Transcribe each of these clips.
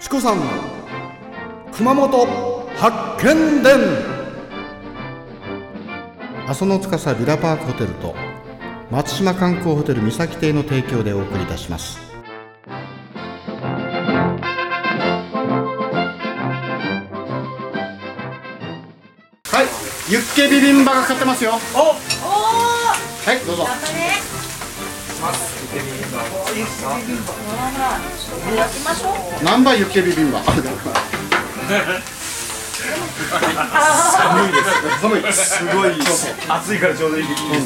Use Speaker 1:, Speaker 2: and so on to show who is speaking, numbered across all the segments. Speaker 1: チコさん熊本発見伝阿蘇の司ビラパークホテルと松島観光ホテル三崎邸の提供でお送りいたしますはいユッケビビンバが買ってますよ
Speaker 2: おお
Speaker 1: はいどうぞ
Speaker 2: やったねほらほらちょっとこれ焼きましょう
Speaker 1: 何倍ユッケビビンバ寒いです寒いです
Speaker 3: すごい暑いからちょうどいいですよね。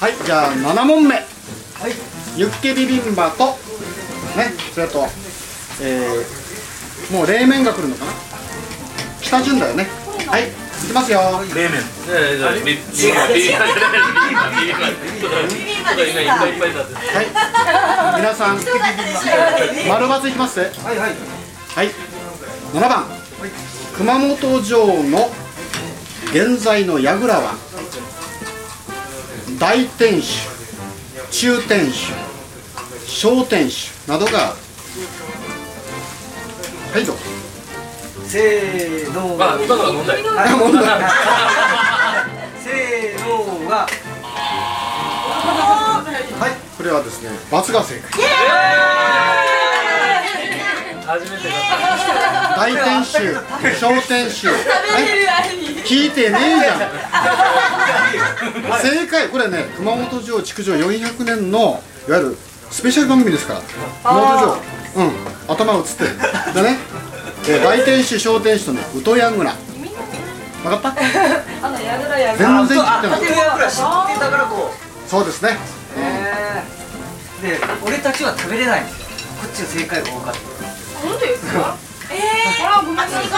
Speaker 1: はい、じゃあ7問目、ユッケビビンバとね、それと、えー、もう冷麺が来るのかな北順だよねはい、いきますよ
Speaker 3: 冷麺。
Speaker 2: ビビンバですか
Speaker 1: はい、皆さん
Speaker 2: そうだったでしょ
Speaker 1: 丸バツいきますはい
Speaker 3: はい
Speaker 1: はい、7番、熊本城の現在の櫓は大天守、中天守、小天守などがあるはい、どうぞ
Speaker 4: せーの
Speaker 5: まあ
Speaker 4: が、
Speaker 5: 今のは問題。
Speaker 4: は
Speaker 1: あ問題
Speaker 4: せーのが、
Speaker 1: はい、これはですね、罰が正解。
Speaker 5: 初めてだ
Speaker 1: 大天守、小天守、え聞いてねえじゃん。正解、これね、熊本城築城400年のいわゆるスペシャル番組ですから。熊本城、うん、頭映ってる。でね、えー大天守、小天守とね、宇都櫓。分かった？
Speaker 2: あのやぐらやぐら
Speaker 1: 全然聞いてない。
Speaker 4: てるやぐら知ってたからこう。
Speaker 1: そうですね。
Speaker 4: へーで、俺たちは食べれないんですよ。こっちの正解が多かった。
Speaker 2: えー、ほらごめんなさい